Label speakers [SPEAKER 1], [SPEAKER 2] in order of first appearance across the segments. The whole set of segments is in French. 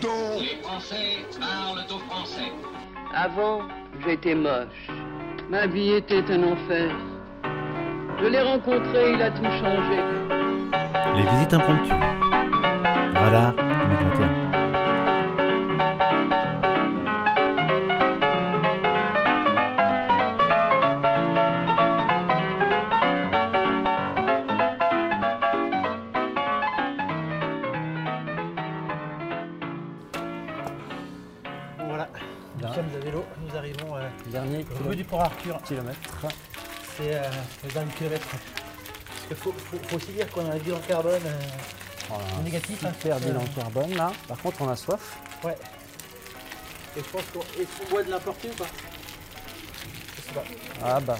[SPEAKER 1] dons.
[SPEAKER 2] Les Français parlent aux Français.
[SPEAKER 3] Avant, j'étais moche. Ma vie était un enfer. Je l'ai rencontré, il a tout changé.
[SPEAKER 4] Les visites impromptues. Radar 2021.
[SPEAKER 5] Voilà, nous
[SPEAKER 4] Là.
[SPEAKER 5] sommes à vélo, nous arrivons euh,
[SPEAKER 4] Dernier
[SPEAKER 5] rue du Port Arthur,
[SPEAKER 4] kilomètre.
[SPEAKER 5] Ah, c'est euh, le dernier kilomètre. Parce que faut, faut- faut aussi dire qu'on a un bilan carbone euh, négatif. hein,
[SPEAKER 4] Super
[SPEAKER 5] parce que,
[SPEAKER 4] bilan carbone là. Par contre, on a soif.
[SPEAKER 5] euh, Ouais. Euh, Et je pense qu'on est-ce qu'on boit de hein. l'importé ou pas Je sais pas.
[SPEAKER 4] Ah bah.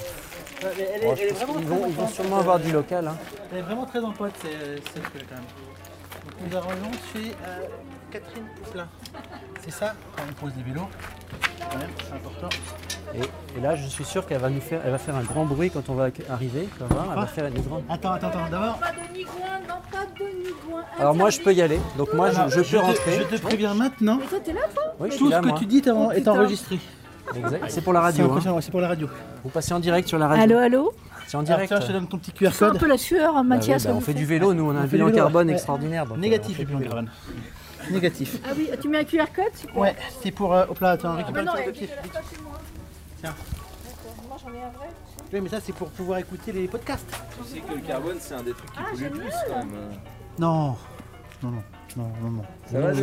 [SPEAKER 5] Ouais, mais elle est,
[SPEAKER 4] oh, je
[SPEAKER 5] elle est
[SPEAKER 4] pense
[SPEAKER 5] vraiment
[SPEAKER 4] qu'ils
[SPEAKER 5] très
[SPEAKER 4] vont, ils vont
[SPEAKER 5] importante,
[SPEAKER 4] sûrement
[SPEAKER 5] euh,
[SPEAKER 4] avoir du local. hein.
[SPEAKER 5] Elle est vraiment très en pote, c'est- cette rue quand même. Donc nous arrivons chez euh, Catherine Pouplein. C'est ça, quand on pose des vélos, quand même, c'est important.
[SPEAKER 4] Et, et là, je suis sûr qu'elle va nous faire, elle va faire un grand bruit quand on va arriver. tu vas voir, elle va
[SPEAKER 5] Quoi
[SPEAKER 4] faire des grands.
[SPEAKER 5] Attends, attends, attends, d'abord,
[SPEAKER 6] Pas de nigouin, non, pas de nigouin.
[SPEAKER 4] Alors moi, je peux y aller. Donc moi, je,
[SPEAKER 5] alors,
[SPEAKER 4] je peux
[SPEAKER 5] te-
[SPEAKER 4] rentrer.
[SPEAKER 5] je te préviens maintenant,
[SPEAKER 6] Mais toi, t'es là, toi
[SPEAKER 4] Oui, je suis
[SPEAKER 5] tout
[SPEAKER 4] là,
[SPEAKER 5] ce que
[SPEAKER 4] moi.
[SPEAKER 5] tu dis t'es en- est
[SPEAKER 6] putain.
[SPEAKER 5] enregistré.
[SPEAKER 4] Exact. C'est pour la
[SPEAKER 5] C'est
[SPEAKER 4] radio. hein.
[SPEAKER 5] impressionnant, ouais, c'est pour la radio.
[SPEAKER 4] Vous passez en direct sur la radio.
[SPEAKER 6] Allô, allô
[SPEAKER 4] C'est en
[SPEAKER 5] Alors,
[SPEAKER 4] direct.
[SPEAKER 5] Ah, tiens, je te donne ton petit QR
[SPEAKER 6] C'est un
[SPEAKER 5] code.
[SPEAKER 6] peu la sueur,
[SPEAKER 4] Bah
[SPEAKER 6] hein,
[SPEAKER 4] oui,
[SPEAKER 6] Mathias.
[SPEAKER 4] bah,
[SPEAKER 6] ça
[SPEAKER 4] on
[SPEAKER 6] vous
[SPEAKER 4] fait
[SPEAKER 6] fait.
[SPEAKER 4] du vélo, nous on a
[SPEAKER 5] On
[SPEAKER 4] un
[SPEAKER 5] fait
[SPEAKER 4] bilan
[SPEAKER 5] du vélo,
[SPEAKER 4] carbone
[SPEAKER 5] ouais.
[SPEAKER 4] extraordinaire. donc, euh, on
[SPEAKER 5] Négatif,
[SPEAKER 4] fait
[SPEAKER 5] le
[SPEAKER 4] du
[SPEAKER 5] bilan
[SPEAKER 4] vélo.
[SPEAKER 5] carbone. Négatif.
[SPEAKER 6] Ah oui, tu mets un QR code, c'est quoi
[SPEAKER 5] Ouais, c'est pour. euh, hop là, attends,
[SPEAKER 6] Bah
[SPEAKER 5] récupère
[SPEAKER 6] non,
[SPEAKER 5] le
[SPEAKER 6] elle
[SPEAKER 5] papier.
[SPEAKER 6] dit, elle a pas chez moi.
[SPEAKER 5] Tiens.
[SPEAKER 6] D'accord, Moi, j'en ai un vrai.
[SPEAKER 5] Oui, mais ça, c'est pour pouvoir écouter les podcasts.
[SPEAKER 7] Tu sais que le carbone, c'est un des trucs qui
[SPEAKER 6] Ah,
[SPEAKER 7] pollue le
[SPEAKER 6] génial.
[SPEAKER 7] plus quand même.
[SPEAKER 5] Non. Non, non, non, non, non.
[SPEAKER 7] Ça va, Denis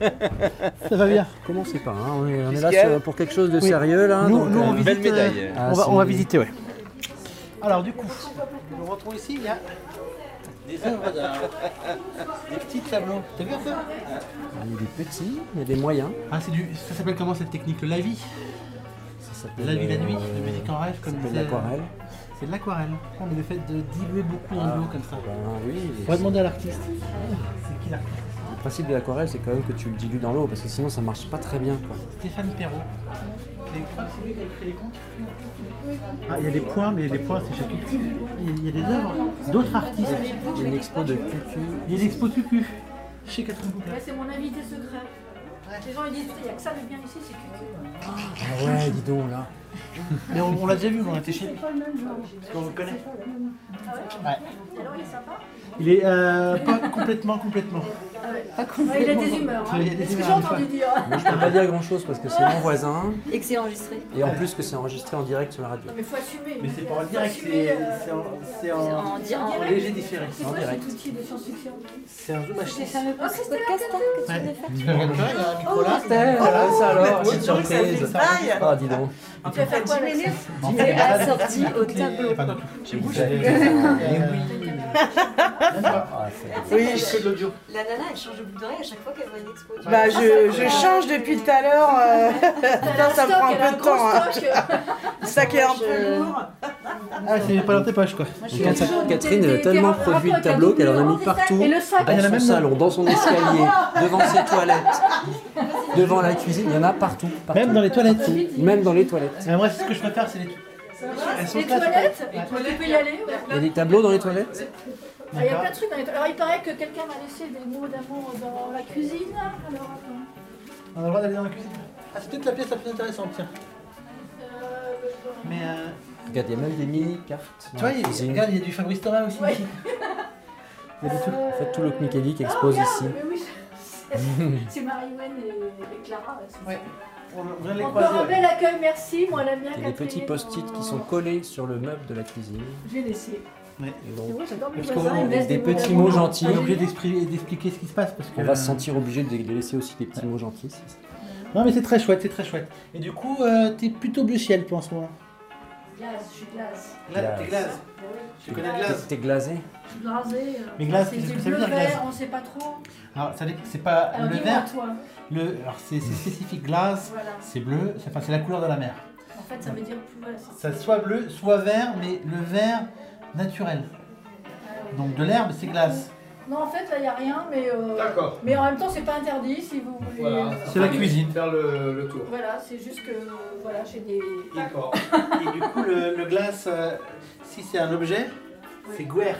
[SPEAKER 5] Ça va bien.
[SPEAKER 4] Commencez pas, hein, on est, on est là
[SPEAKER 7] Puisqu'il y a-
[SPEAKER 4] sur- pour quelque chose de
[SPEAKER 5] Oui.
[SPEAKER 4] sérieux là.
[SPEAKER 5] Nous,
[SPEAKER 4] donc,
[SPEAKER 5] nous, on
[SPEAKER 4] euh,
[SPEAKER 5] visite.
[SPEAKER 7] Belle
[SPEAKER 5] euh,
[SPEAKER 7] médaille.
[SPEAKER 4] Ah,
[SPEAKER 5] on, va,
[SPEAKER 4] c'est-
[SPEAKER 5] on va visiter, ouais. Alors, du coup, nous rentrons ici, il y a des œuvres d'art. Des petits tableaux. T'as vu ça
[SPEAKER 4] Il y a des petits, il y a des moyens.
[SPEAKER 5] Ah, c'est du. Ça s'appelle comment cette technique Le lavis
[SPEAKER 4] Ça s'appelle,
[SPEAKER 5] La vie, la
[SPEAKER 4] euh,
[SPEAKER 5] nuit, de musique en rêve,
[SPEAKER 4] ça
[SPEAKER 5] comme
[SPEAKER 4] s'appelle
[SPEAKER 5] disait- euh,
[SPEAKER 4] l'aquarelle.
[SPEAKER 5] C'est de l'aquarelle. On le fait de diluer beaucoup en l'eau comme ça.
[SPEAKER 4] Ben oui,
[SPEAKER 5] On va demander à l'artiste. C'est qui l'artiste
[SPEAKER 4] le principe de l'aquarelle c'est quand même que tu le dilues dans l'eau parce que sinon ça marche pas très bien. quoi.
[SPEAKER 5] Stéphane Perrault. C'est- je crois que c'est lui qui a écrit les comptes. Ah, il y a des points, mais les points, c'est chapitre. Il y a des œuvres d'autres artistes.
[SPEAKER 4] Il y a une expo de cucu.
[SPEAKER 5] Il y a l'expo Cucu chez Catherine Pouplein.
[SPEAKER 6] Là, c'est mon invité secret. Les gens, ils disent, il n'y a que ça de bien ici, c'est que
[SPEAKER 4] Ah ouais, dis donc là.
[SPEAKER 5] Mais on, on l'a déjà vu, on était chez lui. Est-ce qu'on le connaît Ouais.
[SPEAKER 6] Ah Alors, il est sympa.
[SPEAKER 5] Il est euh, pas complètement, complètement.
[SPEAKER 6] Ouais, il a des humeurs.
[SPEAKER 5] Il y a
[SPEAKER 6] hein.
[SPEAKER 5] des
[SPEAKER 6] C'est ce que j'ai
[SPEAKER 5] humeurs,
[SPEAKER 6] entendu dire.
[SPEAKER 4] Moi je peux pas dire grand chose parce que c'est mon voisin
[SPEAKER 8] et que c'est enregistré.
[SPEAKER 4] et en plus que c'est enregistré en direct sur la radio.
[SPEAKER 6] Non, mais faut assumer.
[SPEAKER 5] Mais c'est pas en
[SPEAKER 6] Faut
[SPEAKER 5] direct,
[SPEAKER 6] assumer,
[SPEAKER 5] c'est
[SPEAKER 6] euh,
[SPEAKER 5] c'est en, c'est
[SPEAKER 8] C'est
[SPEAKER 5] en,
[SPEAKER 8] en direct.
[SPEAKER 5] en léger différé.
[SPEAKER 6] C'est
[SPEAKER 4] en
[SPEAKER 6] quoi
[SPEAKER 4] direct.
[SPEAKER 6] cet outil de science-fiction
[SPEAKER 5] C'est un zoom H6.
[SPEAKER 8] C'est un
[SPEAKER 6] Ah, c'est
[SPEAKER 8] podcast hein, que tu venais faire. Oh,
[SPEAKER 4] Voilà, ça alors,
[SPEAKER 5] Oh,
[SPEAKER 4] c'est une
[SPEAKER 5] ça fait
[SPEAKER 4] surprise.
[SPEAKER 5] paille.
[SPEAKER 4] Ah, dis donc.
[SPEAKER 6] Tu vas faire
[SPEAKER 8] oh,
[SPEAKER 6] quoi avec ça
[SPEAKER 8] Il est assorti au tableau.
[SPEAKER 5] Pas non plus.
[SPEAKER 4] J'ai bougé.
[SPEAKER 5] Oui, je fais de l'audio.
[SPEAKER 8] La nana, elle change de boucle d'oreille à chaque fois qu'elle voit une expo. Ah,
[SPEAKER 9] Bah, je, je change depuis tout à l'heure. euh,
[SPEAKER 6] Elle a un
[SPEAKER 9] ça me
[SPEAKER 6] stock,
[SPEAKER 9] prend un
[SPEAKER 6] elle a
[SPEAKER 9] peu de
[SPEAKER 6] gros
[SPEAKER 9] temps, hein.
[SPEAKER 6] stock. euh,
[SPEAKER 9] le sac est un peu lourd.
[SPEAKER 5] Ah, c'est pas dans tes poches quoi.
[SPEAKER 4] Catherine, elle a tellement produit le tableau qu'elle en a mis partout. Ah,
[SPEAKER 6] Et le sac,
[SPEAKER 5] Ah,
[SPEAKER 4] Dans
[SPEAKER 5] Il y en a
[SPEAKER 4] son
[SPEAKER 5] même-
[SPEAKER 4] salon, dans son escalier, devant ses toilettes, devant la cuisine, il y en a partout. partout.
[SPEAKER 5] Même dans les toilettes.
[SPEAKER 4] Même dans les toilettes.
[SPEAKER 5] Mais moi, c'est ce que je préfère, c'est les toilettes. Elles sont
[SPEAKER 6] les
[SPEAKER 5] là,
[SPEAKER 6] toilettes, tu peux y aller. ouais.
[SPEAKER 4] Il y a des tableaux dans les toilettes
[SPEAKER 6] Ah, Il y a plein de trucs dans les toilettes. Alors il paraît que quelqu'un m'a laissé des mots d'amour dans la cuisine. Alors attends.
[SPEAKER 5] On a le droit d'aller dans la cuisine. Ah, c'est peut-être la pièce la plus intéressante, tiens.
[SPEAKER 6] Euh,
[SPEAKER 5] Mais euh,
[SPEAKER 4] Regarde, il y a même des mini-cartes.
[SPEAKER 5] tu vois, il y a, regarde, il y a du Fabrice Thomas aussi.
[SPEAKER 6] Ouais.
[SPEAKER 4] En fait, tout le Knickeli qui
[SPEAKER 6] ah,
[SPEAKER 4] expose
[SPEAKER 6] regarde,
[SPEAKER 4] ici. Mm.
[SPEAKER 6] mais oui, c'est-
[SPEAKER 5] Ah,
[SPEAKER 6] C'est Marie-Wen et, et Clara. là, c'est-
[SPEAKER 5] Ouais. On vient de les
[SPEAKER 6] Encore un
[SPEAKER 5] croiser. ouais.
[SPEAKER 6] bel accueil, merci. Moi, la mienne.
[SPEAKER 4] Il y a des petits post-it qui sont collés sur le meuble de la cuisine.
[SPEAKER 6] J'ai laissé.
[SPEAKER 4] Et donc,
[SPEAKER 6] C'est vrai, j'adore mes
[SPEAKER 5] Parce
[SPEAKER 6] voisins,
[SPEAKER 5] qu'on-
[SPEAKER 6] ils me laissent
[SPEAKER 4] des
[SPEAKER 6] mots
[SPEAKER 4] petits
[SPEAKER 6] d'amour.
[SPEAKER 4] mots gentils.
[SPEAKER 5] On est
[SPEAKER 6] Ah,
[SPEAKER 5] obligé
[SPEAKER 6] j'ai vu.
[SPEAKER 5] d'exprimer- d'expliquer ce qui se passe parce que.
[SPEAKER 4] on va se sentir obligé de de laisser aussi des petits mots gentils.
[SPEAKER 5] euh, Non, mais c'est très chouette, c'est très chouette. Et du coup, euh, t'es plutôt bleu ciel, toi, en ce moment.
[SPEAKER 6] Glace, je suis glace.
[SPEAKER 4] Glaze. t'es glaze.
[SPEAKER 6] Ah oui,
[SPEAKER 5] Tu connais Glaze.
[SPEAKER 4] T'es glazé
[SPEAKER 6] Je suis blasée. euh.
[SPEAKER 5] Mais glace,
[SPEAKER 6] C'est
[SPEAKER 5] qu'est-ce
[SPEAKER 6] du
[SPEAKER 5] Ah, que ça
[SPEAKER 6] bleu
[SPEAKER 5] veut dire, glace
[SPEAKER 6] vert, on sait pas trop.
[SPEAKER 5] Alors, ça dé- c'est pas
[SPEAKER 6] Alors
[SPEAKER 5] le
[SPEAKER 6] dis-moi
[SPEAKER 5] vert.
[SPEAKER 6] toi.
[SPEAKER 5] Le, alors, c'est c'est spécifique. Glace,
[SPEAKER 6] Voilà.
[SPEAKER 5] c'est bleu, c'est enfin, c'est la couleur de la mer.
[SPEAKER 6] En fait, ça veut dire plus. Voilà, c'est-
[SPEAKER 5] Ça soit bleu, soit vert, mais le vert naturel. Donc de l'herbe, c'est glace.
[SPEAKER 6] Ah, Non, en fait, là, il n'y a rien, mais, euh,
[SPEAKER 7] D'accord.
[SPEAKER 6] mais en même temps, c'est pas interdit si vous voulez. euh,
[SPEAKER 5] C'est la cuisine.
[SPEAKER 7] Faire le, le tour.
[SPEAKER 6] Voilà, c'est juste que euh, voilà, j'ai des.
[SPEAKER 5] D'accord. Et du coup, le, le glace, euh, si c'est un objet, c'est guerre.
[SPEAKER 6] Ouais, Ouais,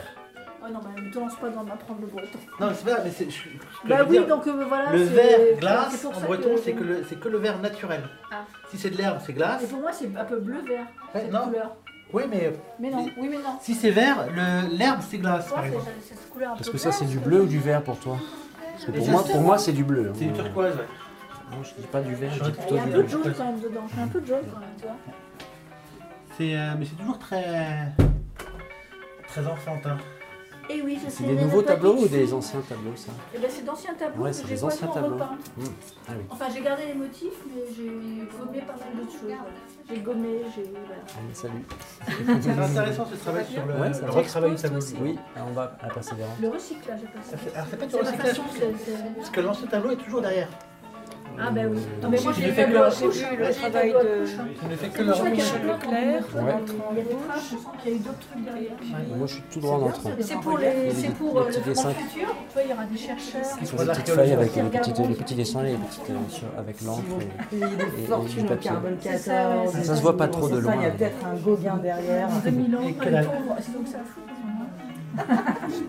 [SPEAKER 6] Ah, non, mais ne te lance pas dans m'apprendre le breton.
[SPEAKER 5] Non, mais c'est pas, mais c'est. je- ce que Bah je
[SPEAKER 6] Bah
[SPEAKER 5] veux
[SPEAKER 6] oui,
[SPEAKER 5] dire,
[SPEAKER 6] donc euh, voilà.
[SPEAKER 5] Le
[SPEAKER 6] c'est-
[SPEAKER 5] vert
[SPEAKER 6] c'est
[SPEAKER 5] glace
[SPEAKER 6] pour
[SPEAKER 5] en
[SPEAKER 6] ça
[SPEAKER 5] breton,
[SPEAKER 6] que-
[SPEAKER 5] c'est que, le- c'est que le vert naturel.
[SPEAKER 6] Ah.
[SPEAKER 5] Si c'est de l'herbe, c'est glace.
[SPEAKER 6] Et pour moi, c'est un peu bleu-vert,
[SPEAKER 5] Ouais,
[SPEAKER 6] cette
[SPEAKER 5] non.
[SPEAKER 6] couleur.
[SPEAKER 5] Oui, mais
[SPEAKER 6] Mais non,
[SPEAKER 5] Mais-
[SPEAKER 6] oui, mais non.
[SPEAKER 5] si c'est vert, le- l'herbe, c'est glace,
[SPEAKER 6] Pour
[SPEAKER 5] par
[SPEAKER 6] moi,
[SPEAKER 5] exemple.
[SPEAKER 6] c'est- c'est cette couleur un
[SPEAKER 4] Parce
[SPEAKER 6] peu
[SPEAKER 4] que ça,
[SPEAKER 6] verte,
[SPEAKER 4] c'est du bleu ou du vert pour toi Parce que
[SPEAKER 5] Mais
[SPEAKER 4] pour
[SPEAKER 5] ça,
[SPEAKER 4] moi,
[SPEAKER 5] c'est-
[SPEAKER 4] pour moi, c'est du bleu.
[SPEAKER 5] C'est du
[SPEAKER 4] hein.
[SPEAKER 5] turquoise, ouais.
[SPEAKER 4] Non, je dis pas du vert, je dis
[SPEAKER 6] Il y
[SPEAKER 4] plutôt
[SPEAKER 6] a un
[SPEAKER 4] du
[SPEAKER 6] peu de
[SPEAKER 4] bleu.
[SPEAKER 6] jaune quand même dedans. Il y a un peu de jaune quand même, tu vois.
[SPEAKER 5] C'est, euh, mais c'est toujours très. très hein. enfantin.
[SPEAKER 6] Et oui, ça c'est.
[SPEAKER 4] C'est des
[SPEAKER 6] la
[SPEAKER 4] nouveaux
[SPEAKER 6] nappe à
[SPEAKER 4] tableaux ou
[SPEAKER 6] tissu.
[SPEAKER 4] des anciens tableaux, ça
[SPEAKER 6] Eh ben, c'est d'anciens tableaux.
[SPEAKER 4] Ouais,
[SPEAKER 6] que
[SPEAKER 4] c'est
[SPEAKER 6] j'ai
[SPEAKER 4] des
[SPEAKER 6] pas
[SPEAKER 4] anciens
[SPEAKER 6] tout en
[SPEAKER 4] tableaux.
[SPEAKER 6] repeint.
[SPEAKER 4] Ah oui.
[SPEAKER 6] Enfin, j'ai gardé les motifs, mais j'ai gommé pas mal d'autres choses. voilà. J'ai gommé, j'ai. voilà.
[SPEAKER 4] Allez, Ah salut.
[SPEAKER 5] C'est intéressant ce travail sur le,
[SPEAKER 4] Ouais,
[SPEAKER 5] le
[SPEAKER 4] ça
[SPEAKER 5] retravail du tableau.
[SPEAKER 4] Oui, on va à la persévérance.
[SPEAKER 6] Le recyclage, j'ai passé.
[SPEAKER 5] Ça fait- Alors, c'est pas du
[SPEAKER 6] C'est ma
[SPEAKER 5] recyclage,
[SPEAKER 6] façon, c'est- c'est-
[SPEAKER 5] parce que l'ancien tableau est toujours derrière.
[SPEAKER 6] Ah bah oui.
[SPEAKER 4] Euh,
[SPEAKER 6] Non mais moi
[SPEAKER 9] J'ai
[SPEAKER 6] j'ai fait
[SPEAKER 9] fait
[SPEAKER 6] le
[SPEAKER 9] que j'ai vu le travail de-
[SPEAKER 5] On ne fait que
[SPEAKER 6] C'est
[SPEAKER 5] le
[SPEAKER 6] pour ça hein. qu'il y a
[SPEAKER 5] recyclage.
[SPEAKER 6] plein de
[SPEAKER 9] Claire,
[SPEAKER 6] trucs
[SPEAKER 4] Ouais.
[SPEAKER 6] dans- Il y a des traces, il y a eu d'autres trucs derrière.
[SPEAKER 4] Moi, je suis tout droit dans le train.
[SPEAKER 6] C'est pour, les, c'est pour
[SPEAKER 4] Des
[SPEAKER 6] euh, le
[SPEAKER 4] petits
[SPEAKER 6] dans le
[SPEAKER 4] dessins.
[SPEAKER 6] futur. Tu vois, il y aura des chercheurs.
[SPEAKER 4] Ce sont des petites feuilles avec les petites- les petits dessins et les petites euh, sur- avec l'encre. et-
[SPEAKER 9] Payer des
[SPEAKER 4] Et- et
[SPEAKER 9] fortunes
[SPEAKER 4] du
[SPEAKER 9] en
[SPEAKER 4] papier.
[SPEAKER 9] carbone
[SPEAKER 6] C'est ça, ouais,
[SPEAKER 9] 14.
[SPEAKER 6] c'est
[SPEAKER 9] et
[SPEAKER 6] ça. Ça
[SPEAKER 4] se voit pas trop de
[SPEAKER 9] c'est ça, Il y a
[SPEAKER 4] loin.
[SPEAKER 9] peut-être un Gauguin derrière.
[SPEAKER 6] 2000 ans,
[SPEAKER 5] Et que
[SPEAKER 6] les
[SPEAKER 5] la-
[SPEAKER 6] pauvres, c'est donc ça fout.